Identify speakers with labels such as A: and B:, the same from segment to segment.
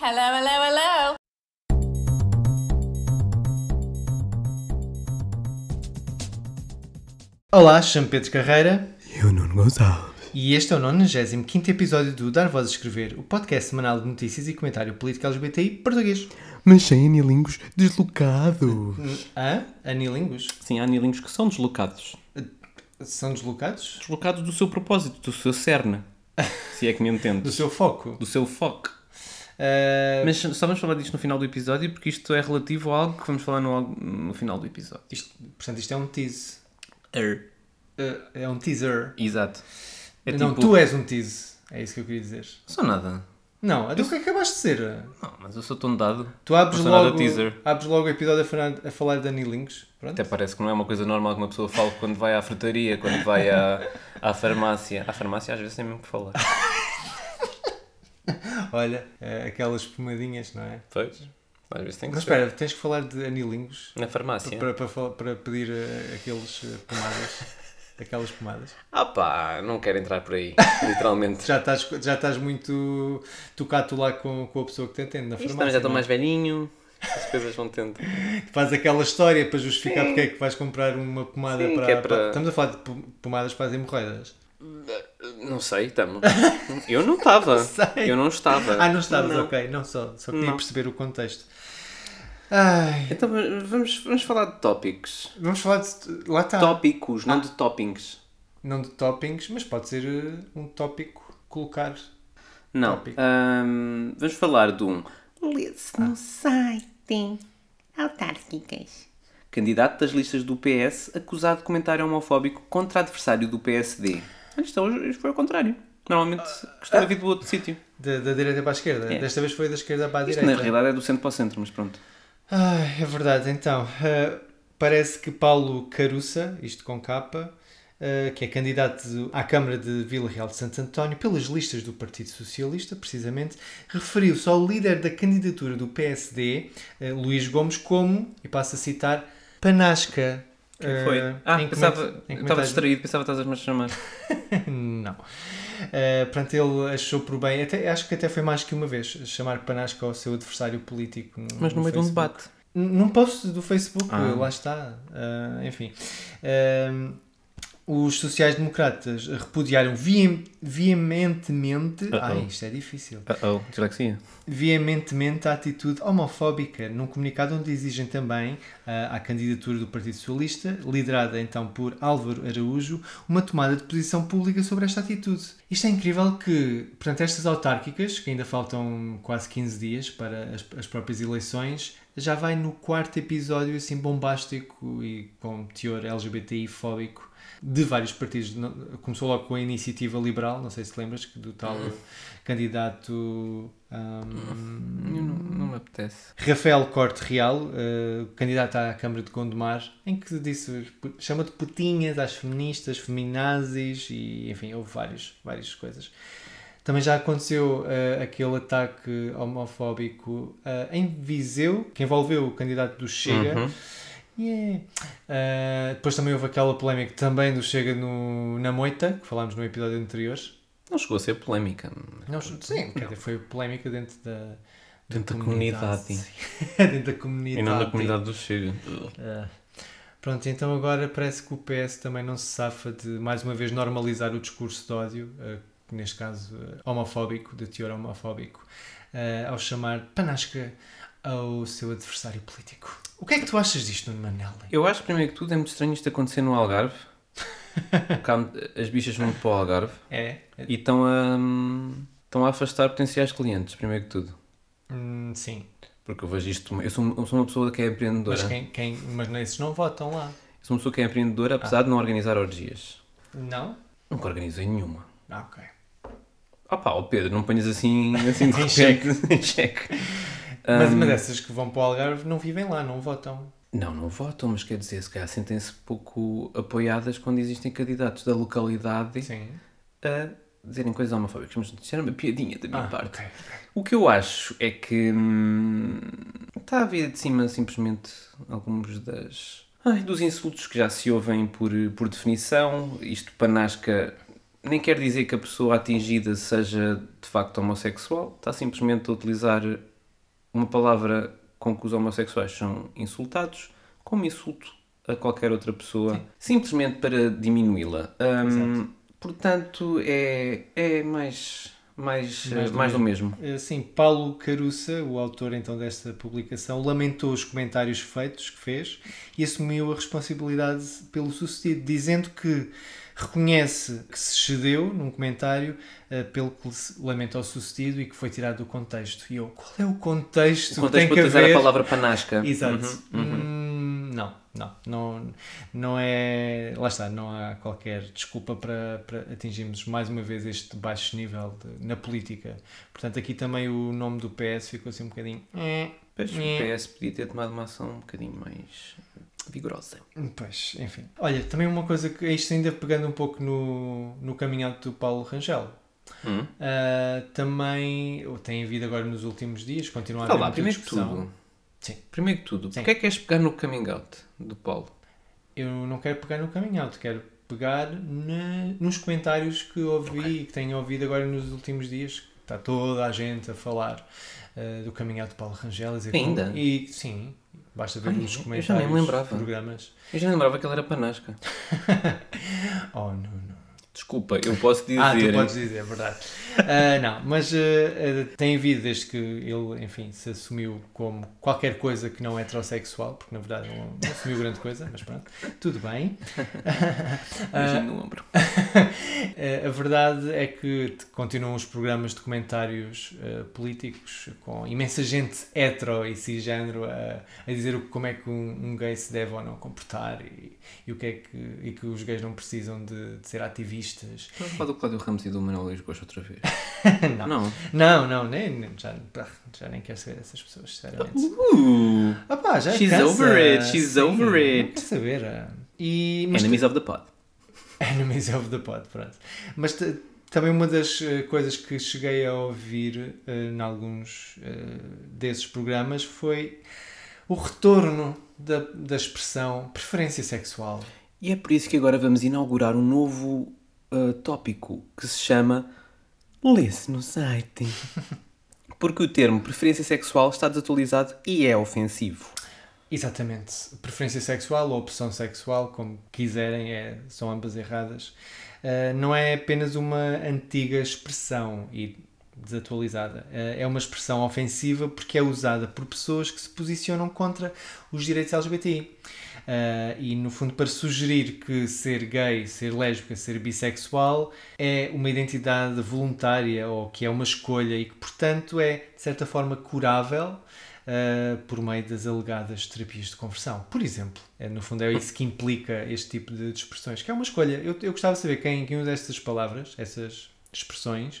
A: Hello, hello, hello!
B: Olá, chamo Pedro Carreira
C: Eu não gostava.
B: e este é o 95 episódio do Dar Voz a Escrever, o podcast semanal de notícias e comentário político LGBTI português.
C: Mas sem anilingues deslocados.
B: Hã? Anilingos?
D: Sim, há anilingos que são deslocados.
B: São deslocados?
D: Deslocados do seu propósito, do seu cerne. se é que me
B: Do
D: entendes.
B: seu foco?
D: Do seu foco.
B: Ah,
D: Mas só vamos falar disto no final do episódio, porque isto é relativo a algo que vamos falar no, no final do episódio.
B: isto- portanto, isto é um tease.
D: Er.
B: Ah, é um teaser.
D: Exato. É
B: não,
D: tipo...
B: tu és um tease. É isso que eu queria dizer.
D: Sou nada.
B: Não, é do que acabaste de ser.
D: Não, mas eu sou tondado.
B: Tu abres
D: Não sou nada
B: logo,
D: teaser.
B: abres logo o episódio a falar, a falar de anilingos. Pronto.
D: Até parece que não é uma coisa normal que uma pessoa fala quando vai à frutaria, quando vai à, à farmácia. À farmácia às vezes tem mesmo que falar. Tá.
B: Olha, eh, aquelas pomadinhas, não é?
D: Pois. Às vezes tem que
B: Mas
D: ser.
B: espera, tens que falar de anilingos
D: Na farmácia.
B: para, para, fal- para pedir eh, aqueles eh, pomadas. Aquelas pomadas.
D: Ah pá, não quero entrar por aí. Literalmente.
B: Já estás, já estás muito tocado lá com, com a pessoa que te atende na
D: Isto
B: farmácia.
D: também já estou
B: não é?
D: mais velhinho. As coisas vão tendo.
B: Faz aquela história para justificar porque é que vais comprar uma pomada
D: Sim,
B: para,
D: que é para-
B: Estamos a falar de pom- pomadas para as hemorroidas.
D: Não sei, estamos. Eu não estava.
B: sei.
D: Eu não estava.
B: Ah, não estavas, ok. Não, só, só queria
D: Não.
B: perceber o contexto. Ai,
D: Então vamos, vamos falar de tópicos.
B: vamos falar de... Lá está.
D: Tópicos, não de
B: Ah.
D: toppings.
B: Não de toppings, mas pode ser eh, um tópico colocar.
D: Não.
B: Tópico. Ah.
D: Ahm, vamos falar de um. Lê-se no
E: site autárquicas.
D: Candidato das listas do PS acusado de comentário homofóbico contra adversário do PSD. Olha, Isto hoje hoje foi ao contrário. Normalmente
B: Ah.
D: gostava de vir do outro sítio.
B: Da, da direita para a esquerda.
D: É.
B: Desta vez foi da esquerda para a
D: Isto
B: direita.
D: na realidade é do centro para o centro, mas pronto.
B: Ai, é verdade. Então, eh, parece que Paulo Caruça, isto com capa, eh, que é candidato à Câmara de Vila Real de Santo António, pelas listas do Partido Socialista, precisamente, referiu-se ao líder da candidatura do PSD, eh, Luís Gomes, como, e passo a citar, panasca. Eh,
D: Foi. Ah,
B: em
D: pensava.
B: coment- em
D: Estava
B: comentários-
D: distraído, pensava que estavas a chamar.
B: não. Uh, portanto, ele achou por bem, até, acho que até foi mais que uma vez, chamar Panasca ao seu adversário político. No,
D: Mas no meio de um
B: Facebook.
D: debate.
B: Num post do Facebook,
D: Ah.
B: lá está. Uh, enfim. Um, os sociais-democratas repudiaram veem- veementemente.
D: Uh-oh.
B: Ai, isto é difícil
D: Uh-oh, dislexia.
B: veementemente a atitude homofóbica num comunicado onde exigem também ah, à candidatura do Partido Socialista, liderada então por Álvaro Araújo, uma tomada de posição pública sobre esta atitude. Isto é incrível que, portanto, estas autárquicas, que ainda faltam quase 15 dias para as, as próprias eleições, já vai no quarto episódio assim bombástico e com teor LGBTI fóbico de vários partidos. Não- Começou logo com a Iniciativa Liberal, não sei se te lembras, que do tal candidato hum, ahm,
D: Não, não me apetece.
B: Rafael Corte Real, eh, candidato à Câmara de Gondomar, em que disse, chama de putinhas às feministas, feminazis e enfim, houve vários, várias coisas. Também já aconteceu eh, aquele ataque homofóbico eh, em Viseu, que envolveu o candidato do Chega. Yeah. Eh, depois também houve aquela polémica também do Chega no, na Moita, que falámos no episódio anterior.
D: Não chegou a ser polémica.
B: Não, sim, quer dizer, foi polémica dentro da,
D: Dentro da comunidade.
B: Sim. dentro da comunidade.
D: E não da comunidade do Chega.
B: Ah. Pronto, então agora parece que o PS também não se safa de, mais uma vez, normalizar o discurso de ódio, ah, neste caso ah, homofóbico, de teor homofóbico, ah, ao chamar panasca ao seu adversário político. O que é que tu achas disto, Nuno Manel?
D: Eu acho, primeiro que tudo, é muito estranho isto acontecer no Algarve. Porque há- as bichas vão para o Algarve
B: É?
D: e estão a, hum, estão a afastar potenciais clientes, primeiro que tudo.
B: Hum, sim.
D: Porque eu vejo isto, eu sou, eu sou uma pessoa que é empreendedora.
B: Mas, quem, quem, mas esses não votam lá.
D: Eu sou uma pessoa que é empreendedora, apesar de não organizar orgias.
B: Não?
D: Nunca organizei nenhuma.
B: Ah, ok.
D: Ah pá, ó Pedro, não ponhas assim, assim de
B: Em
D: repente em cheque. Um,
B: Mas, mas essas que vão para o Algarve não vivem lá, não votam.
D: Não, não votam, mas quer dizer, se calhar sentem-se pouco apoiadas quando existem candidatos da localidade
B: Sim.
D: a dizerem coisas homofóbicas. Mas isso era uma piadinha da minha
B: Ah,
D: parte.
B: ok.
D: O que eu acho é que hum, está a vir de cima simplesmente alguns das, ai, dos insultos que já se ouvem por, por definição. Isto panasca nem quer dizer que a pessoa atingida seja de facto homossexual, está simplesmente a utilizar uma palavra com que os homossexuais são insultados como insulto a qualquer outra pessoa, simplesmente para diminuí-la. Hum, portanto, é, é mais, mais, eh, mais,
B: do
D: do mesmo.
B: Eh, Sim, Paulo Caruça, o autor então desta publicação, lamentou os comentários feitos que fez e assumiu a responsabilidade pelo sucedido, dizendo que reconhece que se cedeu num comentário eh, pelo que se lamenta o sucedido e que foi tirado do contexto. E eu, qual é o contexto?
D: O contexto para utilizar a palavra panasca.
B: Exato.
D: Uhum.
B: Hum, não, não, não, não é. Lá está, não há qualquer desculpa para, para atingirmos mais uma vez este baixo nível de- na política. Portanto, aqui também o nome do PS ficou assim um bocadinho. eh,
D: Pois,
B: eh.
D: o PS podia ter tomado uma ação um bocadinho mais vigorosa.
B: Pois, enfim. Olha, também uma coisa que isto ainda pegando um pouco no, no caminhado do Paulo Rangel.
D: Hum.
B: Ah, também ou tem havido agora nos últimos dias, continua a
D: Olha
B: haver
D: Tá lá,
B: muita
D: Então primeiro que
B: discussão.
D: tudo.
B: Sim.
D: Primeiro que tudo,
B: Sim.
D: porquê é que queres pegar no coming out do Paulo?
B: Eu não quero pegar no coming out, quero pegar na- nos comentários que ouvi e que tenho ouvido agora nos últimos dias. que Está toda a gente a falar eh, do coming out de Paulo Rangel. a dizer como-
D: Ainda?
B: E sim, basta ver
D: Ai,
B: nos
D: eu já nem me
B: comentários
D: lembrava.
B: programas.
D: Eu já lembrava que ele era panasca.
B: Oh, não, não.
D: Desculpa, eu posso dizer.
B: Ah, tu podes dizer, é verdade. Ah, não, mas eh, eh, tem havido desde que ele, enfim, se assumiu como qualquer coisa que não é heterossexual, porque na verdade ele não assumiu grande coisa, mas pronto, tudo bem.
D: Beijinho no ombro.
B: Eh, A verdade é que t- continuam os programas de comentários eh, políticos com imensa gente hetero e cisgênero a, a dizer o, que- como é que um, um gay se deve ou não comportar e, e o que é que, e que os gays não precisam de, de ser ativistas.
D: Vamos falar do Cláudio Ramos e do Manuel Luís Gosto outra vez.
B: não, não,
D: Não.
B: não, nem, nem- já, pá, já nem quero saber dessas pessoas, sinceramente.
D: Uh,
B: Ah pá, já
D: She's
B: cansa,
D: over it, she's
B: sim,
D: over
B: não
D: it.
B: quero saber. ah. E, mas
D: enemies of the Pod.
B: Enemies of the Pod, pronto. Mas t- também uma das eh, coisas que cheguei a ouvir em alguns eh, desses programas foi o retorno da, da expressão preferência sexual.
D: E é por isso que agora vamos inaugurar um novo uh, tópico que se chama Lê-se no site. Porque o termo preferência sexual está desatualizado e é ofensivo.
B: Exatamente. Preferência sexual ou opção sexual, como quiserem, é, são ambas erradas. Eh, não é apenas uma antiga expressão e desatualizada. Eh, é uma expressão ofensiva porque é usada por pessoas que se posicionam contra os direitos LGBTI. Eh, e, no fundo, para sugerir que ser gay, ser lésbica, ser bissexual é uma identidade voluntária ou que é uma escolha e que, portanto, é, de certa forma, curável uh, por meio das alegadas terapias de conversão, por exemplo. É, no fundo, é isso que implica este tipo de de expressões, que é uma escolha. Eu, eu gostava de saber quem, quem usa estas palavras, essas expressões,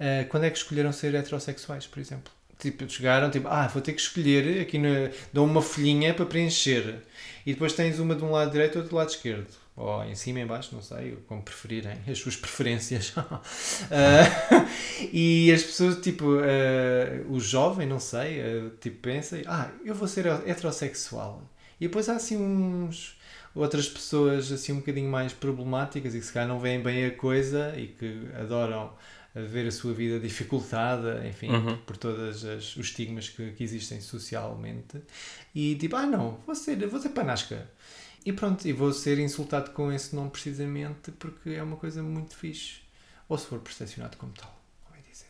B: uh, quando é que escolheram ser heterossexuais, por exemplo. Tipo, chegaram, tipo, ah, vou ter que escolher, aqui na, dão uma folhinha para preencher e depois tens uma de um lado direito e outra do lado esquerdo. Ou em cima, em baixo, não sei, como preferirem, as suas preferências. Ah, e as pessoas, tipo, ah, o jovem, não sei, ah, tipo, pensa, ah, eu vou ser heterossexual. E depois há assim uns outras pessoas assim um bocadinho mais problemáticas e que se calhar não veem bem a coisa e que adoram ah, ver a sua vida dificultada, enfim, por todos os estigmas que, que existem socialmente. E tipo, ah não, vou ser, vou ser panasca. E pronto, e vou ser insultado com esse nome precisamente porque é uma coisa muito fixe. Ou se for percepcionado como tal, como é dizer.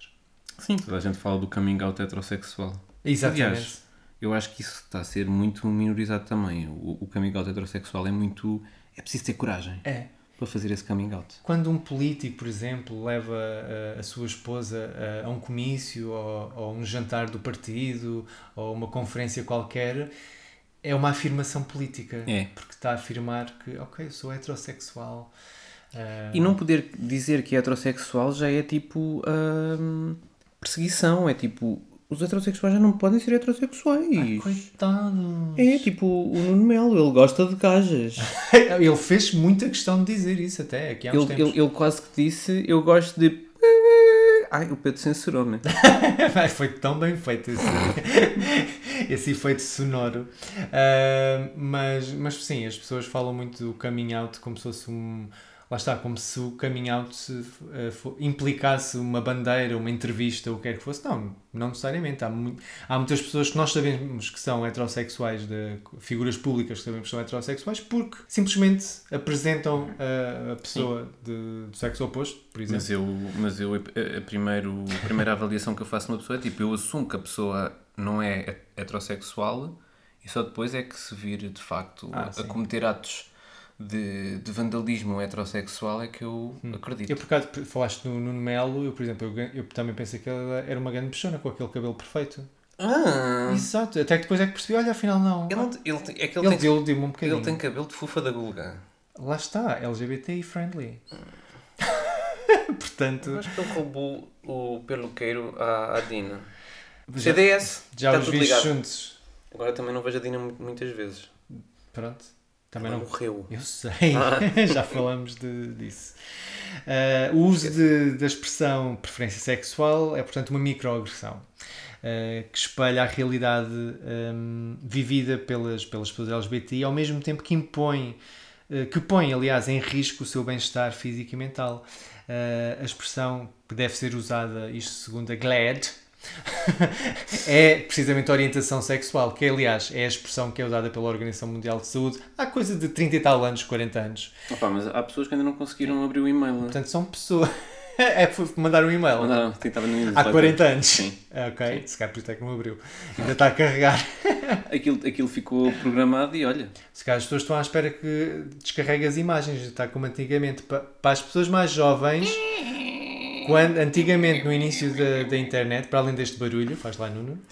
D: Sim. Toda a gente fala do coming out heterossexual.
B: Exatamente.
D: Aliás, eu acho que isso está a ser muito minorizado também. O, o coming out heterossexual é muito. É preciso ter coragem
B: É.
D: para fazer esse coming out.
B: Quando um político, por exemplo, leva eh, a sua esposa eh, a um comício ou, ou um jantar do partido ou uma conferência qualquer, é uma afirmação política.
D: É.
B: Porque está a afirmar que, ok, eu sou heterossexual. eh,
D: E não poder dizer que é heterossexual já é tipo. hum, perseguição, é tipo. os heterossexuais já não podem ser heterossexuais.
B: Coitado.
D: é, tipo o Nuno Melo, ele gosta de gajas.
B: Ele fez muita questão de dizer isso até aqui há uns
D: ele,
B: tempos.
D: ele, ele quase que disse, eu gosto de... Ai, o Pedro censurou, né?
B: Vai, Foi tão bem feito esse, esse efeito sonoro. Ah, mas, mas sim, as pessoas falam muito do coming out como se fosse um. Lá está, como se o coming out se, ah, fo- implicasse uma bandeira, uma entrevista, o que quer que fosse. Não, não necessariamente. Há, mu- há muitas pessoas que nós sabemos que são heterossexuais, de figuras públicas que sabemos que são heterossexuais, porque simplesmente apresentam a, a pessoa de- do sexo oposto, por exemplo.
F: Mas eu, mas eu a, a- a primeiro, a primeira avaliação que eu faço de uma pessoa é tipo, eu assumo que a pessoa não é heterossexual e só depois é que se vir de facto
B: Ah,
F: a
B: sim.
F: cometer atos de, de vandalismo heterossexual é que eu acredito.
B: Hum. Eu, por acaso, p- falaste no Nuno Melo, eu, por exemplo, eu, gan- eu também pensei que ela era uma grande bichona com aquele cabelo perfeito.
F: Ah,
B: Exato, até que depois é que percebi, olha, afinal não.
F: ele, não te- ele te- é que ele,
B: Ele
F: tem,
B: deu-me um bocadinho.
F: ele tem cabelo de fufa da Gulga.
B: Lá está, LGBTI friendly.
F: Eu
B: Portanto,
F: acho que ele roubou o peluqueiro à, à Dina. CDS,
B: já
F: está
B: os
F: tá tudo
B: vi
F: ligado.
B: juntos.
F: Agora também não vejo a Dina mu- muitas vezes.
B: Pronto, também
F: Ela
B: não.
F: morreu.
B: Eu sei, já falamos de, disso. Ah, o uso de- da expressão preferência sexual é, portanto, uma microagressão ah, que espelha a realidade ahm, vivida pelas, pelas pessoas LGBTI, ao mesmo tempo que impõe, ah, que põe, aliás, em risco o seu bem-estar físico e mental. Ah, a expressão que deve ser usada, isto segundo a GLAD, é precisamente orientação sexual, que aliás é a expressão que é usada pela Organização Mundial de Saúde há coisa de 30 e tal anos, 40 anos.
D: Opa, mas há pessoas que ainda não conseguiram abrir o
F: né?
D: e-mail.
B: Portanto, são pessoas. é, foi mandar um e-mail.
D: Não, tentava no
B: Há 40 anos.
D: Sim.
B: Ok, se calhar por isso é que não abriu. Ainda está a carregar.
D: Aquilo, aquilo ficou programado e olha.
B: Se calhar as pessoas estão à espera que descarregue as imagens, está como antigamente. Pa- Para as pessoas mais jovens, quando, antigamente no início da, da internet, para além deste barulho, faz lá Nuno,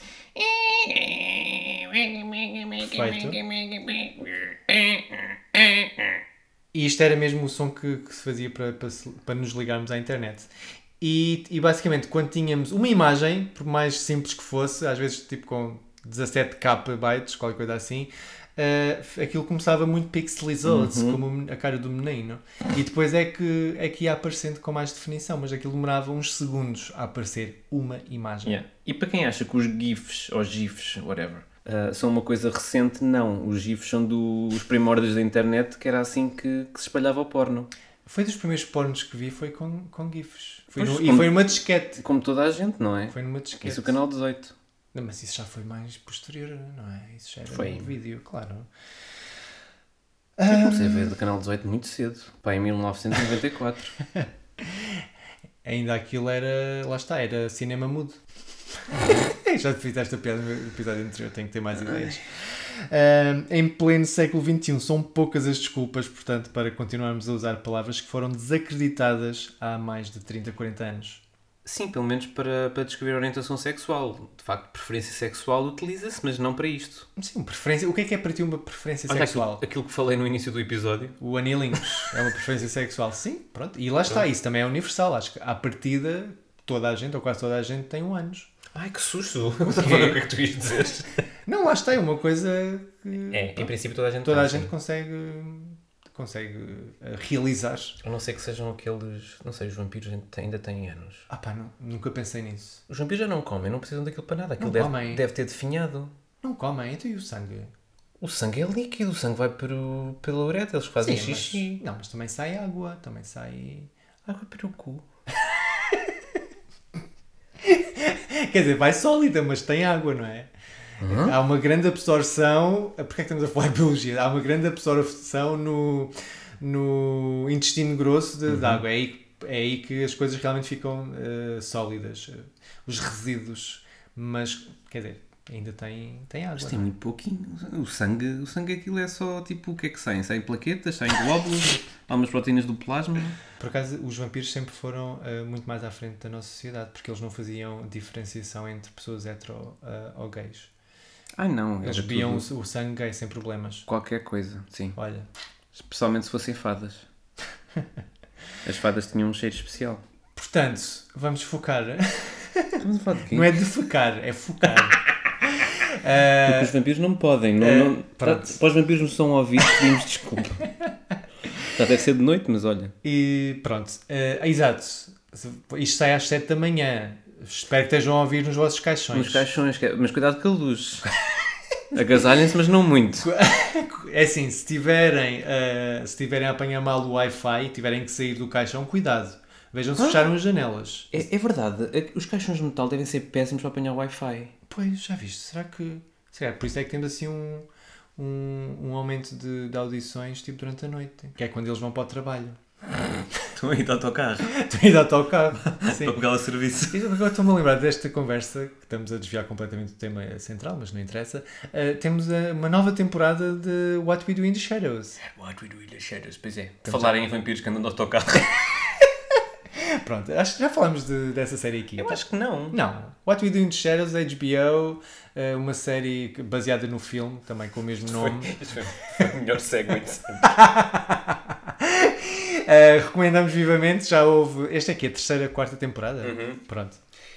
B: e isto era mesmo o som que, que se fazia para, para, se- para nos ligarmos à internet. E, e basicamente, quando tínhamos uma imagem, por mais simples que fosse, às vezes tipo com 17k bytes, qualquer coisa assim, eh, f- aquilo começava muito pixelizado,
D: Uhum.
B: como o men- a cara do menino. E depois é que, é que ia aparecendo com mais definição, mas aquilo demorava uns segundos a aparecer uma imagem.
D: Yeah. E para quem acha que os GIFs ou GIFs, whatever, ah, são uma coisa recente, não. Os GIFs são dos primórdios da internet, que era assim que, que se espalhava o porno.
B: Foi dos primeiros pornos que vi, foi com, com GIFs. Foi
D: Pois,
B: no- E
D: como-
B: foi numa disquete.
D: Como toda a gente, não é?
B: Foi numa disquete.
D: Isso o canal 18.
B: Não, mas isso já foi mais posterior, não é? Isso já era
D: Foi.
B: no vídeo, claro.
D: Eu comecei a ver Tipo, do canal 18 muito cedo, pá, em 1994.
B: Ainda aquilo era, lá está, era cinema mudo. já te fiz esta piada no episódio anterior, tenho que ter mais ideias. Ahm, em pleno século XXI, são poucas as desculpas, portanto, para continuarmos a usar palavras que foram desacreditadas há mais de 30, 40 anos.
D: Sim, pelo menos para, para descrever a orientação sexual. De facto, preferência sexual utiliza-se, mas não para isto.
B: Sim, preferência. O que é que é para ti uma preferência
D: Olha
B: sexual?
D: aquilo, aquilo que falei no início do episódio.
B: O anilingus é uma preferência sexual, sim, pronto. E lá está, isso também é universal. Acho que à partida, toda a gente, ou quase toda a gente, tem um anos.
D: Ai, que susto! Eu estava a ver o que é que tu ias dizer.
B: Não, lá está, é uma coisa que
D: É, em princípio toda a gente
B: toda a
D: tem,
B: gente
D: sim.
B: consegue, consegue eh, realizar.
D: A não ser que sejam aqueles... Não sei, os vampiros ainda têm- ainda têm anos.
B: Ah pá, não- nunca pensei nisso.
D: Os vampiros já não comem, não precisam daquilo para nada. Aquilo
B: Não
D: deve,
B: comem.
D: deve ter definhado.
B: Não comem, então e o sangue?
D: O sangue é líquido, o sangue vai pelo, pela uretra, eles fazem
B: Sim, mas-
D: xixi.
B: não, mas também sai água, também sai...
D: Água para o cu.
B: Quer dizer, vai sólida, mas tem água, não é? Há uma grande absorção. Porquê é que estamos a falar de biologia? Há uma grande absorção no, no intestino grosso de, de água. É aí, que- é aí que as coisas realmente ficam eh, sólidas. eh, Os resíduos. Mas, quer dizer, ainda tem, tem água.
F: Tem
B: não é?
F: muito pouquinho. O sangue, o sangue aquilo é só tipo o que é que saem? Saem plaquetas, saem glóbulos, há umas proteínas do plasma.
B: Por acaso, os vampiros sempre foram eh, muito mais à frente da nossa sociedade porque eles não faziam diferenciação entre pessoas hetero eh, ou gays.
F: Ai não,
D: é
B: Eles
F: era
B: bebiam
F: tudo
B: o, o sangue gay sem problemas.
F: qualquer coisa, sim.
B: Olha.
F: Especialmente se fossem fadas. As fadas tinham um cheiro especial.
B: Portanto, vamos focar
D: Estamos a falar de quê?
B: Não é defecar, é focar.
D: Porque os vampiros não podem. Não, não-
B: pronto.
D: Tá- para os vampiros não são ouvidos, pedimos desculpa. Já deve ser de noite, mas olha.
B: e pronto, eh, exato. Isto sai às 7 da manhã. Espero que estejam a ouvir nos vossos caixões.
D: Nos caixões, que- é, mas cuidado com a luz. Agasalhem-se, mas não muito.
B: É assim, se tiverem, eh, se tiverem a apanhar mal o Wi-Fi e tiverem que sair do caixão, cuidado. Vejam se fecharam as janelas.
D: É, é verdade, é- os caixões de metal devem ser péssimos para apanhar Wi-Fi.
B: Pois, já viste? Será que. Será que por isso é que temos assim um, um, um aumento de, de audições tipo durante a noite? Que é quando eles vão para o trabalho.
F: Estão aí de autocarro.
B: Estão a ir de autocarro. Sim.
F: Para pegar o serviço.
B: E Agora estou-me a lembrar desta conversa, que estamos a desviar completamente do tema central, mas não interessa. Eh, temos eh, uma nova temporada de What We Do in the Shadows.
F: What we do in the shadows. Pois é. Falar em vampiros que andam de autocarro.
B: Pronto, acho que já falámos de- dessa série aqui. então.
D: Eu acho que não.
B: Não. What We Do in the Shadows, HBO, eh, uma série que- baseada no filme, também com o mesmo nome.
F: Isto foi o melhor segment.
B: Eh, recomendamos vivamente, já houve. Esta aqui é a terceira, quarta temporada.
D: Uhum.
B: Pronto.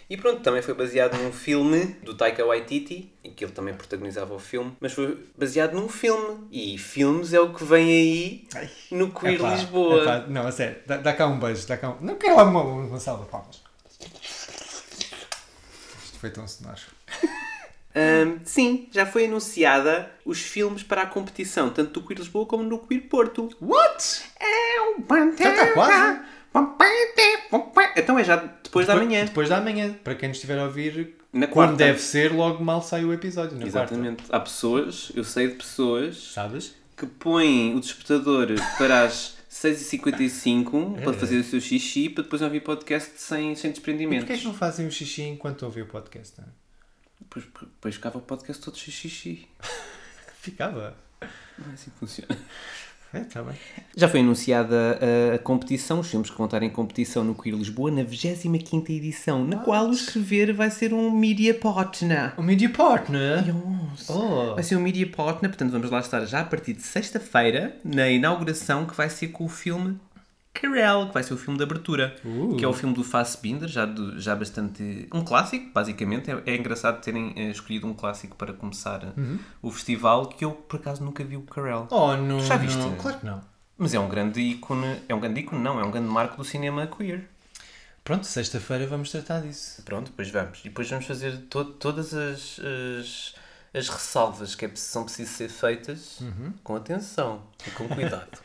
D: E pronto, também foi baseado num filme do Taika Waititi, em que ele também protagonizava o filme, mas foi baseado num filme. E filmes é o que vem aí no Queer
B: Epá,
D: Lisboa.
B: epá, não, a sério, dá, dá cá um beijo, dá cá um. Não quero lá uma, uma salva de palmas. Isto foi tão sonoro.
D: Ahm, sim, já foi anunciada os filmes para a competição, tanto do Queer Lisboa como no Queer Porto. É
B: What? Já está quase? né?
D: Então é já depois da manhã.
B: Depois da manhã, para quem nos estiver a ouvir,
D: Na
B: quando
D: quarta.
B: deve ser, logo mal sai o episódio, na quarta.
D: Exatamente. Há pessoas, eu sei de pessoas,
B: Sabes?
D: que põem o despertador para as 6h55 para fazer o seu xixi para depois ouvir podcast sem, sem desprendimentos.
B: Porquê é que não fazem o xixi enquanto ouvem o podcast? não é?
D: Depois, depois ficava o podcast todo xixi. xixi.
B: Ficava.
D: Não é assim que funciona.
B: É, está bem.
D: Já foi anunciada uh, a, a competição, os filmes que vão estar em competição no Queer Lisboa na 25 edição, na qual o escrever vai ser um media partner.
B: O Media
D: é?
B: Partner.
D: Nossa.
B: Oh.
D: Vai ser um media partner, portanto vamos lá estar já a partir de sexta-feira na inauguração que vai ser com o filme Carell, que vai ser o filme de abertura, que é o filme do Fassbinder, já, do- já bastante... um clássico, basicamente. É, é engraçado terem eh, escolhido um clássico para começar eh, o festival, que eu, por acaso, nunca vi o Carell.
B: Oh, não.
D: Já viste?
B: não. Claro que não.
D: Mas é um grande ícone, é um grande ícone não, é um grande marco do cinema queer.
B: Pronto, sexta-feira vamos tratar disso.
D: Pronto, depois vamos. E depois vamos fazer to- todas as, as, as ressalvas que é, preciso- são precisas ser feitas com atenção e com cuidado.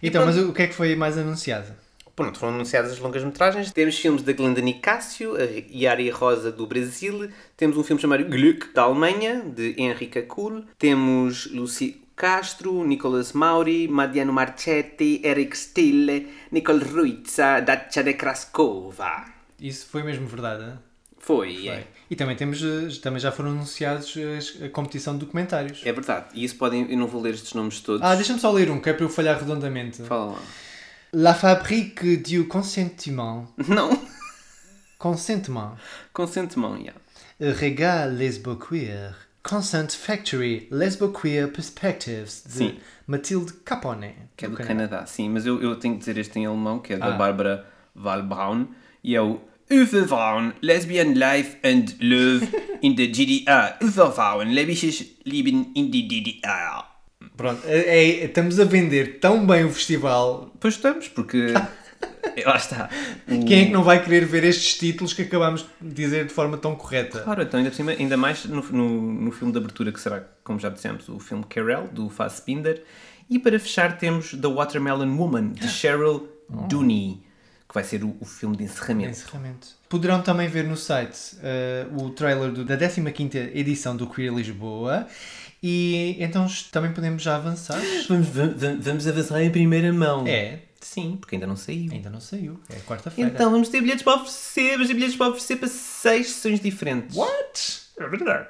B: Então, mas o o que é que foi mais anunciado?
D: Pronto, foram anunciadas as longas-metragens. Temos filmes da Glenda Nicásio a Yari Rosa do Brasil. Temos um filme chamado Glück da Alemanha, de Henrique Kuhl. Temos Lucy Castro, Nicolas Mauri, Madiano Marchetti, Eric Stille, Nicole Ruizza, Dacia de Krascova.
B: Isso foi mesmo verdade, hein?
D: Foi,
B: Bem,
D: é.
B: E também, temos, eh, também já foram anunciados as- a competição de documentários.
D: É verdade. E isso podem... Eu não vou ler estes nomes todos.
B: Ah, deixa-me só ler um, que é para eu falhar redondamente.
D: Fala lá.
B: La Fabrique du Consentiment.
D: Não.
B: Consentement.
D: Consentement, já.
B: Regard Lesbo Queer. Consent Factory Lesbo Queer Perspectives. De
D: Sim.
B: Matilde Capone.
D: Que é do
B: Ok.
D: Canadá, sim. Mas eu, eu tenho que dizer este em alemão, que é da
B: Ah.
D: Bárbara Walbraun. E é o Uverfrauen, Lesbian Life and Love in the GDR. Uverfrauen, Lesbisches Leben in the DDR.
B: Pronto, é- é- estamos a vender tão bem o festival.
D: Pois estamos, porque... eh, Lá está. O-
B: Quem é que não vai querer ver estes títulos que acabámos de dizer de forma tão correta?
D: Claro, então ainda por cima, ainda mais no, no, no filme de abertura que será, como já dissemos, o filme Carell, do Fassbinder. E para fechar temos The Watermelon Woman, de Cheryl Dooney, que vai ser o, o filme de encerramento.
B: Encerramento. É, Poderão também ver no site eh, o trailer do- da 15ª edição do Queer Lisboa e então es- também podemos já avançar.
D: Vamos, vamos, avançar em primeira mão. É.
B: É,
D: Sim, porque ainda não saiu.
B: ainda não saiu. É quarta-feira.
D: Então vamos ter bilhetes para oferecer, vamos ter bilhetes para oferecer para seis sessões diferentes.
B: What?
D: É verdade.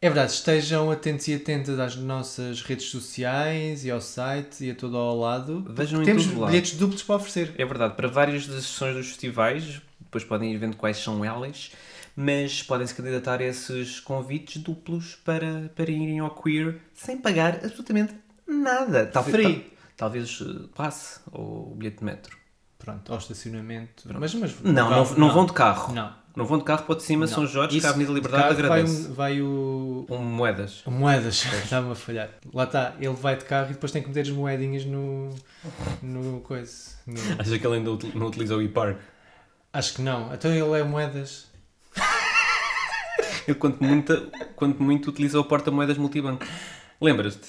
B: É verdade, estejam atentos e atentas às nossas redes sociais e ao site e a todo ao lado.
D: Vejam em
B: Temos
D: todo lado.
B: bilhetes duplos para oferecer.
D: É verdade, para várias das sessões dos festivais, depois podem ir vendo quais são elas, mas podem-se candidatar a esses convites duplos para, para irem ao queer sem pagar absolutamente nada. Talvez,
B: Free.
D: tal- talvez eh, passe ou o bilhete de metro.
B: pronto, ao estacionamento. Mas, mas
D: Não, não,
B: vão-
D: não vão de carro.
B: Não.
D: Não vão de carro para o de cima, São Jorge, que
B: Isso,
D: a Avenida
B: de
D: Liberdade
B: carro vai
D: agradece.
B: o- Vai o.
D: Um... moedas.
B: o Moedas, está-me a falhar. Lá está, ele vai de carro e depois tem que meter as moedinhas no. no coisa. no-
D: Acha que ele ainda util- não utiliza o e-park?
B: Acho que não. Então ele é moedas.
D: Ele, quanto muito, quanto muito, utiliza o porta-moedas multibanco. Lembras-te?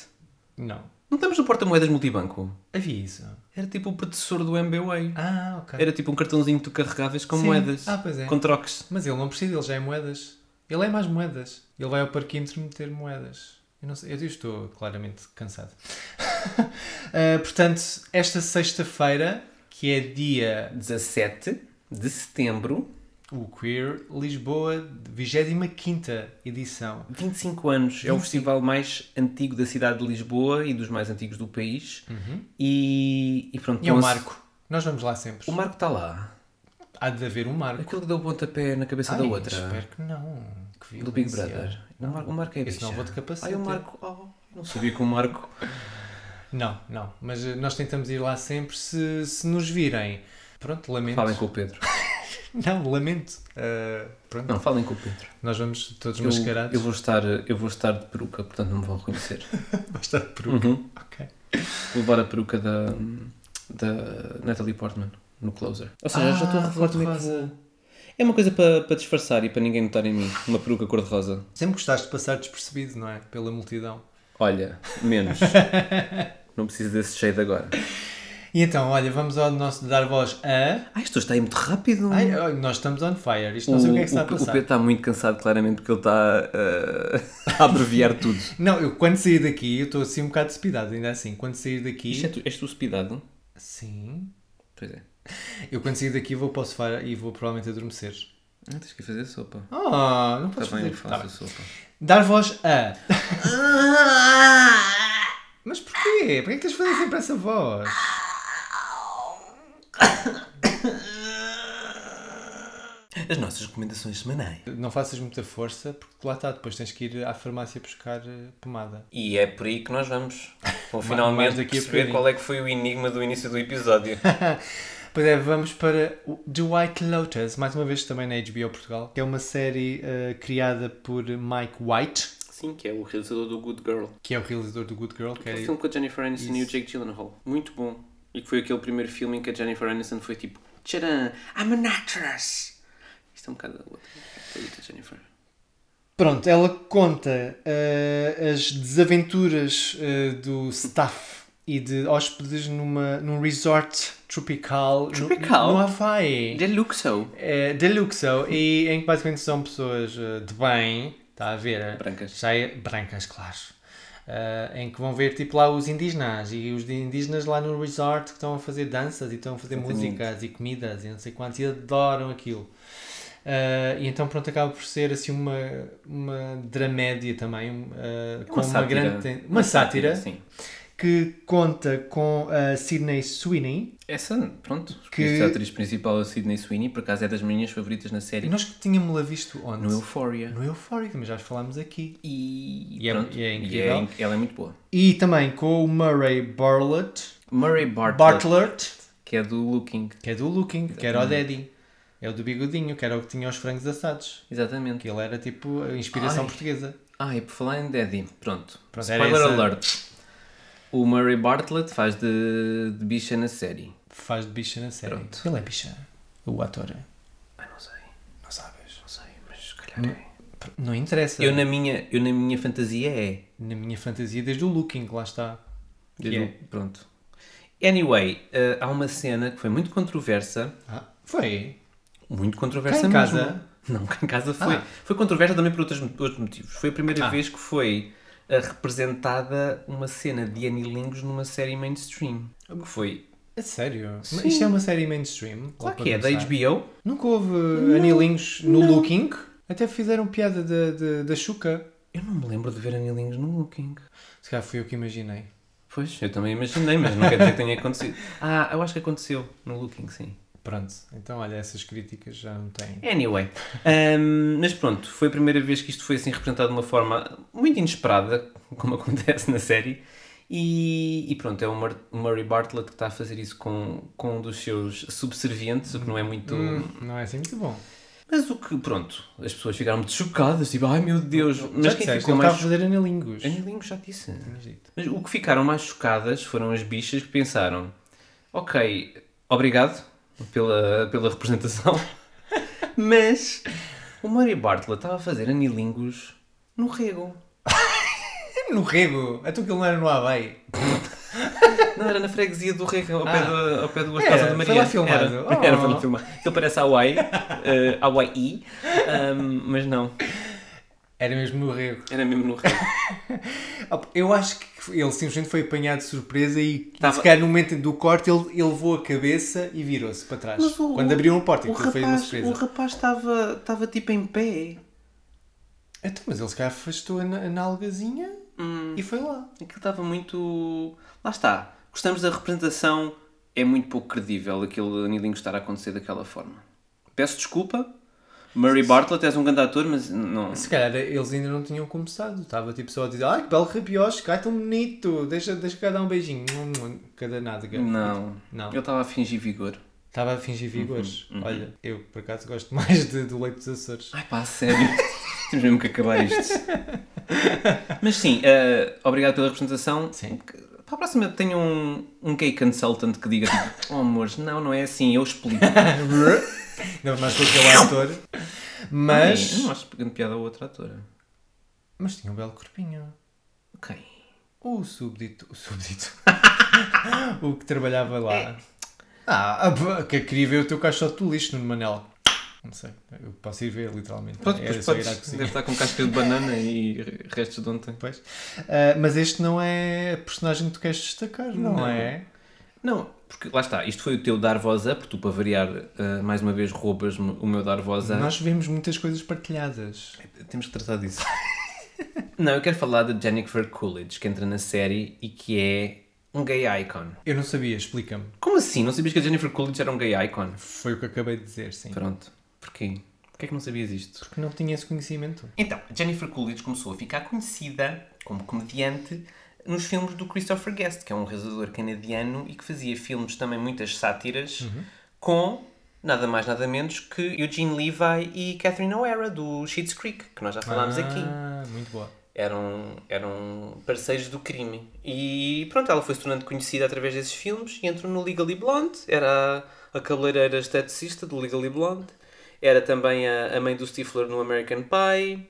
B: Não.
D: Não estamos no porta-moedas multibanco?
B: Havia isso.
D: Era tipo o predecessor do MBWay.
B: Ah, ok.
D: Era tipo um cartãozinho que tu carregavas com
B: Sim.
D: moedas.
B: Ah, pois é.
D: Com troques.
B: Mas ele não precisa, ele já é moedas. Ele é mais moedas. Ele vai ao parquímetro meter moedas. Eu, não sei, eu estou claramente cansado. Ah, portanto, esta sexta-feira, que é dia
D: 17 de setembro,
B: o Queer Lisboa, 25 edição.
D: 25 anos. É o festival mais antigo da cidade de Lisboa e dos mais antigos do país. E, e pronto.
B: Uhum. E é o
D: não se-
B: Marco. Nós vamos lá sempre.
D: O Marco está lá.
B: Há de haver um Marco.
D: Aquele que deu o pontapé na cabeça da
B: Ai,
D: outra.
B: Espero que não. Que
D: Do Big
B: violência.
D: Brother. O Marco, o Marco é
B: Esse
D: bicha.
B: não vou de capacete.
D: Ai, o Marco. Oh, não sabia que o Marco.
B: Não, não. Mas eh, nós tentamos ir lá sempre se, se nos virem. Pronto, lamento.
D: Falem com o Pedro.
B: Não, lamento. Ah, pronto.
D: Não, falem com o Pedro.
B: Nós vamos todos
D: Eu,
B: mascarados.
D: eu, vou estar, eu vou estar de peruca, portanto não me vão reconhecer.
B: Basta de peru.
D: Uhum.
B: um. Ok.
D: Vou levar a peruca da, da Natalie Portman no closer. Ou seja, já estou a revelar como é que
B: Ah, cor-de-rosa.
D: vou. É uma coisa para, para disfarçar e para ninguém notar em mim. Uma peruca cor-de-rosa.
B: Sempre gostaste de passar despercebido, não é? Pela multidão.
D: Olha, menos. não preciso desse shade agora.
B: E então, olha, vamos ao nosso dar voz a.
D: Ah, isto hoje está aí muito rápido.
B: Ai, ai, nós estamos on fire. Isto não sei o que é que está a
D: Hum. o
B: passar.
D: Pedro está muito cansado, claramente, porque ele está eh, a abreviar tudo.
B: Não, eu quando saí daqui, eu estou assim um bocado despidado, ainda assim. Quando sair daqui.
D: Isto é tu, és tu cepidado?
B: Sim.
D: Pois é.
B: Eu quando sair daqui vou para o sofá e vou provavelmente adormecer.
D: Ah, tens que ir fazer sopa.
B: Ah, não podes
F: Está bem,
B: fazer.
F: eu
D: é
B: Tá
F: faço
B: bem.
F: a sopa.
B: Dar voz a. Mas porquê? Porquê é que tens de fazer sempre essa voz?
D: As nossas recomendações semanais.
B: Não faças muita força, porque lá está, depois tens que ir à farmácia buscar eh, pomada.
D: E é por aí que nós vamos. Vou
B: mais
D: finalmente
B: daqui a
D: perceber
B: bocadinho.
D: qual é que foi o enigma do início do episódio.
B: Pois é, vamos para o The White Lotus, mais uma vez também na HBO Portugal, que é uma série eh, criada por Mike White,
D: Sim, que é o realizador do Good Girl.
B: que é o realizador do Good Girl, que
D: Aquele
B: é
D: filme com a Jennifer Aniston e o Jake Gyllenhaal. Muito bom. E que foi aquele primeiro filme em que a Jennifer Aniston foi tipo Tcharam! I'm an actress! Isto é um bocado da outra. Da outra Jennifer.
B: Pronto, ela conta eh, as desaventuras eh, do staff e de hóspedes numa, num resort tropical, no-
D: Tropical?
B: No, Havaí.
D: De Luxo.
B: eh, de Luxo, e em que basicamente são pessoas eh, de bem, está a ver?
D: Brancas.
B: Já é- brancas, claro. Eh, em que vão ver tipo lá os indígenas e os de- indígenas lá no resort que estão a fazer danças e estão a fazer músicas e comidas e não sei quantos e adoram aquilo. Eh, e então pronto, acaba por ser assim uma, uma dramédia também, um, eh, com uma,
D: sátira.
B: grande... ten- Uma sátira,
D: Sim.
B: que conta com a Sidney Sweeney.
D: Essa, pronto.
B: Que-
D: Que... A atriz principal, a Sidney Sweeney, por acaso é das minhas favoritas na série.
B: Nós que tínhamos-la visto onde?
D: No Euphoria.
B: No Euphoria, mas já falámos aqui.
D: E,
B: E é-
D: pronto.
B: e é
D: inc-
B: incrível.
D: ela é muito boa.
B: E também com o Murray Bartlett,
D: Murray Bartlett,
B: Bartlett
D: que é do Looking.
B: que é do Looking, que era o Daddy. É o do bigodinho, que era o que tinha os frangos assados.
D: Exatamente.
B: Que ele era tipo a inspiração
D: Ai.
B: portuguesa.
D: Ah, e por falar em Daddy, pronto.
B: Pronto, era
D: Spoiler
B: essa-
D: alert. O Murray Bartlett faz de, de bicha na série.
B: Faz de bicha na série.
D: Pronto.
B: Ele é bicha. O ator. é.
D: Ah, não sei.
B: Não sabes.
D: Não sei, mas se calhar é.
B: Não interessa.
D: Eu na, minha, eu na minha fantasia é.
B: Na minha fantasia, desde o Looking, lá está.
D: Eu
B: Que é?
D: não- Pronto. Anyway, eh, há uma cena que foi muito controversa.
B: Ah, foi.
D: Muito controversa
B: Cá em
D: mesmo.
B: casa?
D: Não, cá em casa foi.
B: Ah.
D: Foi controversa também por outros, outros motivos. Foi a primeira
B: Ah.
D: vez que foi eh, representada uma cena de Anilingos numa série mainstream. Que foi.
B: A sério? Mas
D: Sim.
B: Isto é uma série mainstream?
D: Claro
B: Logo
D: que é,
B: para
D: da
B: começar.
D: HBO.
B: Nunca houve anilinhos no Looking? Até fizeram piada da, da, da Xuca.
D: Eu não me lembro de ver Anilingos no Looking.
B: Se calhar fui eu que imaginei.
D: Pois, eu também imaginei, mas não quer dizer que tenha acontecido. Ah, eu acho que aconteceu no Looking, sim.
B: Pronto, então olha, essas críticas já não têm.
D: Anyway, ahm, mas pronto, foi a primeira vez que isto foi assim representado de uma forma muito inesperada, como acontece na série, E, e pronto, é o Mur- Murray Bartlett que está a fazer isso com, com um dos seus subservientes, o que não é muito.
B: Não é assim muito bom.
D: Mas o que, pronto, as pessoas ficaram muito chocadas, tipo, ai meu Deus, mas
B: já
D: quem
B: disseste,
D: ficou
B: ele
D: mais.
B: está a fazer analingos.
D: Anilingo já disse. Mas o que ficaram mais chocadas foram as bichas que pensaram: ok, obrigado pela, pela representação, mas o Murray Bartlett estava a fazer anilingos no rego.
B: No rego. Então que ele não era no Havaí.
D: Não, era na freguesia do rego, ao pé, do, ao pé do
B: Era,
D: Casa de
B: foi
D: Maria.
B: lá filmado.
D: Era,
B: Oh.
D: era foi lá filmado. Ele parece Hawaii, eh, Hawaii, ahm, mas não,
B: Era mesmo no rego.
D: era mesmo no rego.
B: Ah, Eu acho que ele simplesmente foi apanhado de surpresa e
D: Tava-
B: se calhar no momento do corte ele, ele levou a cabeça e virou-se para trás.
D: Mas o-
B: Quando abriram a porta,
D: o
B: aquilo foi uma
D: rapaz,
B: surpresa.
D: o rapaz estava estava tipo em pé.
B: Então, mas ele se calhar afastou a, na- a nalgazinha e foi lá.
D: Aquilo estava muito. Lá está. Gostamos da representação. É muito pouco credível aquele anilinho estar a acontecer daquela forma. Peço desculpa. Murray Bartlett és um grande ator, mas não.
B: Se calhar eles ainda não tinham começado. Estava tipo só a dizer, ai que belo rabiosco, ai tão bonito, deixa, deixa cá dar um beijinho. Cada nada.
D: Não.
B: Não.
D: Eu estava a fingir vigor.
B: Estava a fingir vigores. Olha, eu por acaso gosto mais de- do leite dos Açores.
D: Ai pá, a sério. Temos mesmo que acabar isto. mas sim, eh, obrigado pela representação.
B: Sim.
D: Para a próxima tenho um, um gay consultant que diga tipo, oh amores, não, não é assim, eu explico.
B: Ainda mais com aquele ator.
D: Mas...
B: Mas.
D: não acho grande piada a outra atora.
B: Mas tinha um belo corpinho.
D: Ok.
B: O súbdito. O súbdito. o que trabalhava lá. Ah, ah, que queria ver o teu caixote do lixo, Nuno Manel. Não sei. Eu posso ir ver, literalmente.
F: Pronto,
D: É,
B: Era
F: depois
B: só ir à
F: podes,
B: cozinha.
F: deve estar com casca de banana e restos de ontem.
B: Pois. Ah, mas este não é a personagem que tu queres destacar, não,
D: Não.
B: é?
D: Não, porque lá está, isto foi o teu dar voz a, porque tu para variar, eh, mais uma vez roubas me o meu dar voz a.
B: Nós vemos muitas coisas partilhadas.
D: Temos que tratar disso. não, eu quero falar de Jennifer Coolidge, que entra na série e que é um gay icon.
B: Eu não sabia, explica-me.
D: Como assim? Não sabias que a Jennifer Coolidge era um gay icon?
B: Foi o que acabei de dizer, sim.
D: Pronto. Porquê? Porquê é que não sabias isto?
B: Porque não tinha esse conhecimento.
D: Então, Jennifer Coolidge começou a ficar conhecida como comediante nos filmes do Christopher Guest, que é um realizador canadiano e que fazia filmes também muitas sátiras com nada mais nada menos que Eugene Levy e Catherine O'Hara do Schitt's Creek, que nós já falámos aqui
B: Ah, muito boa.
D: eram, eram parceiros do crime. E pronto, ela foi se tornando conhecida através desses filmes e entrou no Legally Blonde. Era a, a cabeleireira esteticista do Legally Blonde. Era também a, a mãe do Stifler no American Pie.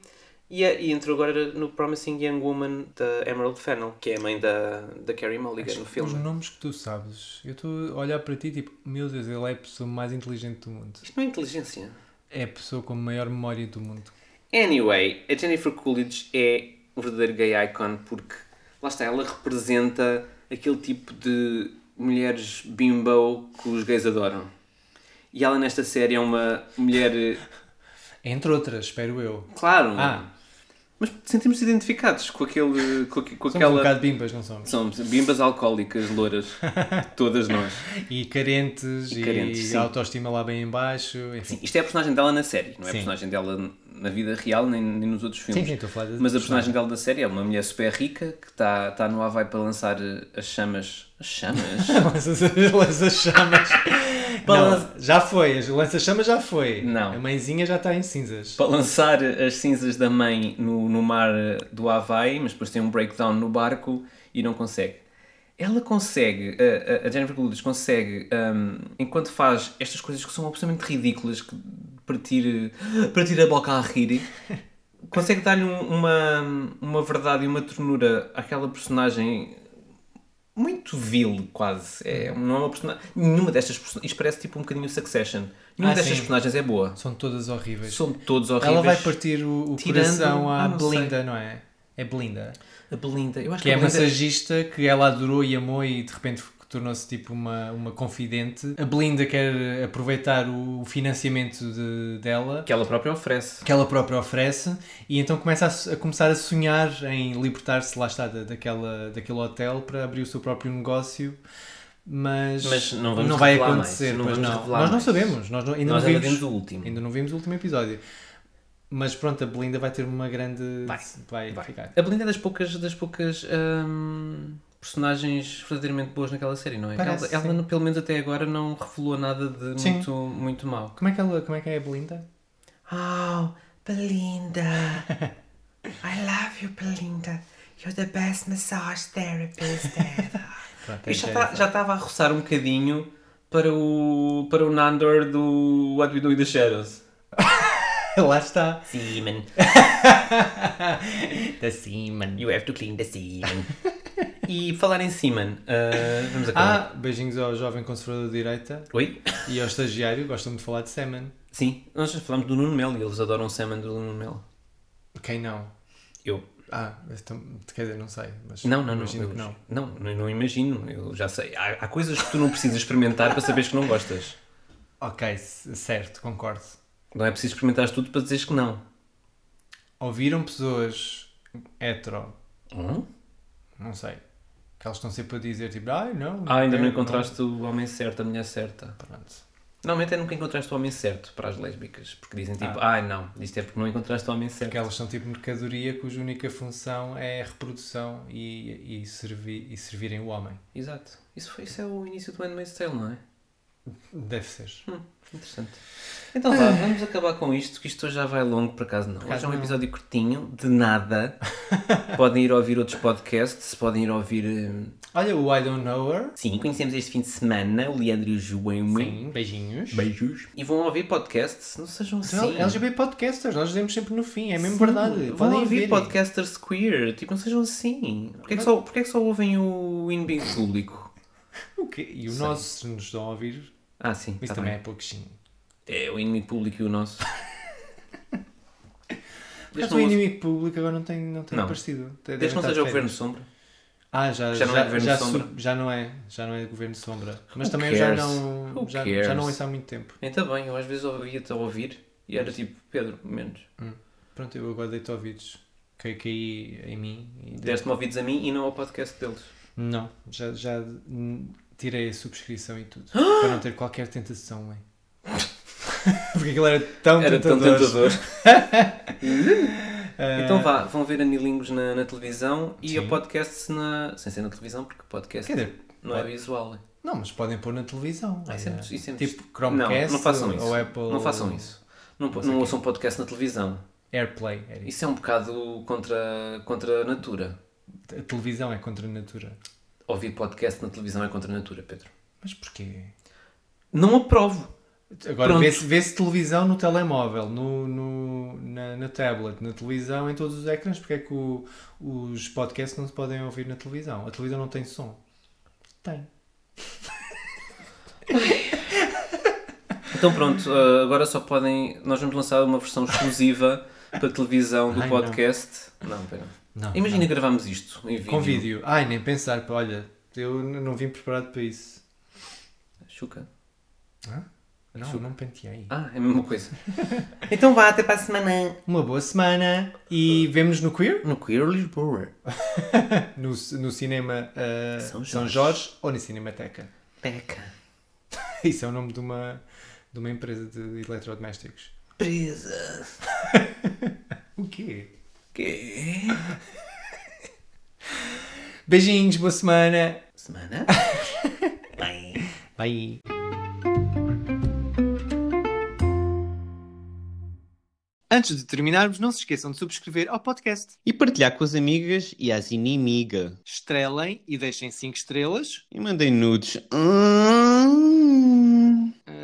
D: E, a- e entrou agora no Promising Young Woman da Emerald Fennel, que é a mãe da, da Carrie Mulligan no
B: Os
D: filme.
B: nomes que tu sabes, eu estou a olhar para ti tipo, meu Deus, ele é a pessoa mais inteligente do mundo.
D: Isto não é inteligência.
B: É a pessoa com a maior memória do mundo.
D: Anyway, a Jennifer Coolidge é um verdadeiro gay icon porque, lá está, ela representa aquele tipo de mulheres bimbo que os gays adoram. E ela nesta série é uma mulher, eh,
B: Entre outras, espero eu.
D: claro,
B: Ah,
D: mas sentimos-nos identificados com aquele, com, aque- com
B: somos um
D: aquela...
B: bocado bimbas, não somos?
D: Somos bimbas alcoólicas, loiras, todas nós.
B: E carentes, e,
D: carentes, sim.
B: a autoestima lá bem em baixo, enfim.
D: Sim, isto é a personagem dela na série, não é
B: Sim.
D: a personagem dela na vida real nem, nem nos outros filmes.
B: Sim, sim, estou a falar da
D: Mas a personagem dela na série é uma mulher super rica que está tá no Havaí para lançar eh, as chamas. As chamas?
B: Lanças- Lança-chamas.
D: Para
B: Não,
D: lan-
B: já foi, as lança-chamas já foi.
D: Não.
B: A mãezinha já está em cinzas.
D: para lançar as cinzas da mãe no, no mar eh, do Havaí, mas depois tem um breakdown no barco e não consegue. Ela consegue, a, a- a Jennifer Coolidge consegue, ahm, enquanto faz estas coisas que são absolutamente ridículas, que partir, partir a boca a rir, consegue dar-lhe um- uma, uma verdade e uma ternura àquela personagem muito vil, quase. É, não é uma personagem. Nenhuma destas personagens. Isto parece tipo um bocadinho Succession. Nenhuma
B: Ah,
D: destas
B: sim.
D: personagens é boa.
B: São todas horríveis.
D: São todos horríveis.
B: Ela vai partir o, o
D: Tirando-
B: coração à
D: Ah, não sei.
B: Belinda, não é? É Belinda.
D: A Belinda, eu acho
B: que é a
D: Belinda-
B: massagista que ela adorou e amou e de repente tornou-se tipo uma, uma confidente. A Belinda quer aproveitar o financiamento de- dela
D: que ela própria oferece.
B: que ela própria oferece e então começa a, so- a começar a sonhar em libertar-se lá está da, daquela, daquele hotel para abrir o seu próprio negócio. Mas,
D: Mas não vamos
B: vai
D: revelar
B: acontecer,
D: mais, não
B: pois
D: vamos
B: não.
D: revelar
B: Nós não
D: mais.
B: sabemos, nós não- ainda
D: Nós
B: não
D: ainda
B: vimos,
D: vimos o último.
B: ainda não vimos o último episódio. Mas pronto, a Belinda vai ter uma grande. Vai,
D: Vai
B: ficar.
D: A Belinda é das poucas, das poucas hum, personagens verdadeiramente boas naquela série, não é?
B: Parece,
D: ela,
B: sim.
D: ela, pelo menos até agora, não revelou nada de
B: Sim.
D: muito, muito mau.
B: Como é que, ela, como é, que é a Belinda?
D: Oh, Belinda! I love you, Belinda. You're the best massage therapist ever.
B: Pronto, é
D: Isto já
B: Jennifer.
D: tá- já estava a roçar um bocadinho para o, para o Nandor do What We Do in the Shadows.
B: Lá está.
D: Semen.
B: Da Simon.
D: You have to clean the semen. e falar em semen, ah, vamos acabar.
B: Ah, beijinhos ao jovem conservador de direita
D: Oi?
B: e ao estagiário, gostam de falar de semen.
D: Sim, nós já falámos do Nuno Melo e eles adoram o semen do Nuno Melo.
B: Quem não?
D: Eu.
B: Ah, então, quer dizer, não sei, mas
D: Não, não, não.
B: imagino
D: eu-
B: que não.
D: não. Não, não imagino. Eu já sei. Há, há coisas que tu não precisas experimentar para saberes que não gostas.
B: Ok, c- certo, concordo.
D: Não é preciso experimentares tudo para dizeres que não.
B: Ouviram pessoas hetero,
D: Hum?
B: não sei, que elas estão sempre a dizer tipo, ai não.
D: Ah, ainda não
B: quero,
D: encontraste o homem certo, a mulher certa.
B: Pronto.
D: Normalmente é nunca encontraste o homem certo para as lésbicas, porque dizem tipo, ah, não, isto é porque não encontraste o homem certo.
B: Porque elas são tipo mercadoria cuja única função é a reprodução e, e, servir, e servirem o homem.
D: Exato. Isso, foi, isso é o início do Handmaid's Tale, não é?
B: Deve ser.
D: Hum. Interessante. Então
B: É.
D: vá, vamos acabar com isto, que isto hoje já vai longo, por acaso não. Hoje é um episódio curtinho, de nada. podem ir ouvir outros podcasts, podem ir ouvir... hum,
B: Olha, o I Don't Know Her.
D: Sim, conhecemos este fim de semana o Leandro e o João.
B: Sim, beijinhos.
D: Beijos. E vão ouvir podcasts, não sejam assim.
B: Então, LGB Podcasters, nós dizemos sempre no fim, é mesmo
D: Sim,
B: verdade.
D: Vão
B: Podem
D: ouvir
B: ver.
D: podcasters queer, tipo, não sejam assim. Porquê é que só, porquê é que só ouvem o inimigo público?
B: O quê? E o nosso, se nos dão a ouvir,
D: Ah, sim.
B: isso
D: tá
B: também
D: bem.
B: é pouquinho.
D: É o inimigo público e o nosso.
B: Mas
D: Desde
B: É o
D: que não ouça-
B: inimigo público agora não tem, não tem
D: Não.
B: aparecido. Deve
D: desde que não
B: estar
D: seja
B: de
D: o governo
B: férias.
D: sombra.
B: Ah, já,
D: Já não é governo
B: já,
D: sombra.
B: sub- já não é, já não é governo sombra. Mas
D: Who
B: também eu já
D: cares?
B: não,
D: Who
B: já,
D: cares?
B: já não ouço há muito tempo.
D: Então bem, eu às vezes ouvia-te a ouvir e era tipo, Pedro, menos.
B: Pronto, eu agora deito ouvidos. Caí, caí em mim. E
D: Deste-me ouvidos a mim e não ao podcast deles.
B: Não, já, já hum, tirei a subscrição e tudo. para não ter qualquer tentação, mãe. Porque aquilo era tão
D: Era tão
B: tentador.
D: tentador. então vá, vão ver Anilingos na, na televisão e
B: Sim.
D: a podcast na. sem ser na televisão, porque podcast
B: Quer dizer,
D: não é visual.
B: Não, mas podem pôr na televisão.
D: Ah, isso é muito- isso é muito-
B: tipo Chromecast
D: não, não façam isso.
B: ou Apple
D: Não façam isso. Não, po- não ouçam podcast na televisão.
B: AirPlay. Era isso.
D: Isso é um bocado contra, contra a natura.
B: A televisão é contra a natura.
D: Ouvir podcast na televisão é contra a natura, Pedro.
B: Mas porquê?
D: Não aprovo.
B: Agora
D: Pronto.
B: vê-se vê-se televisão no telemóvel, no, no, na, na tablet, na televisão, em todos os ecrãs. Porque é que o- os podcasts não se podem ouvir na televisão? A televisão não tem som. Tem.
D: Então pronto, ah, agora só podem. Nós vamos lançar uma versão exclusiva para televisão do
B: Ai, não.
D: podcast. Não, pera.
B: Não,
D: Imagina gravarmos isto em vídeo.
B: não. Com vídeo. Ai, nem pensar. pá, Olha, eu n- não vim preparado para isso.
D: Chuca.
B: Não, não penteei.
D: Ah, é a mesma coisa.
E: Então vá, até para a semana.
B: Uma boa semana e vemos no Queer?
D: No Queer Lisboa.
B: no, no cinema uh, São,
D: São
B: Jorge.
D: Jorge.
B: ou na Cinemateca.
E: Peca.
B: Isso é o nome de uma, de uma empresa de eletrodomésticos.
E: Presa.
B: O quê?
D: Que?
B: Beijinhos, boa semana.
E: Semana? Bye.
B: Bye. Antes de terminarmos, não se esqueçam de subscrever ao podcast.
G: e partilhar com as amigas e as inimigas.
B: Estrelem e deixem 5 estrelas.
G: E mandem nudes. Hum.
B: Ahn,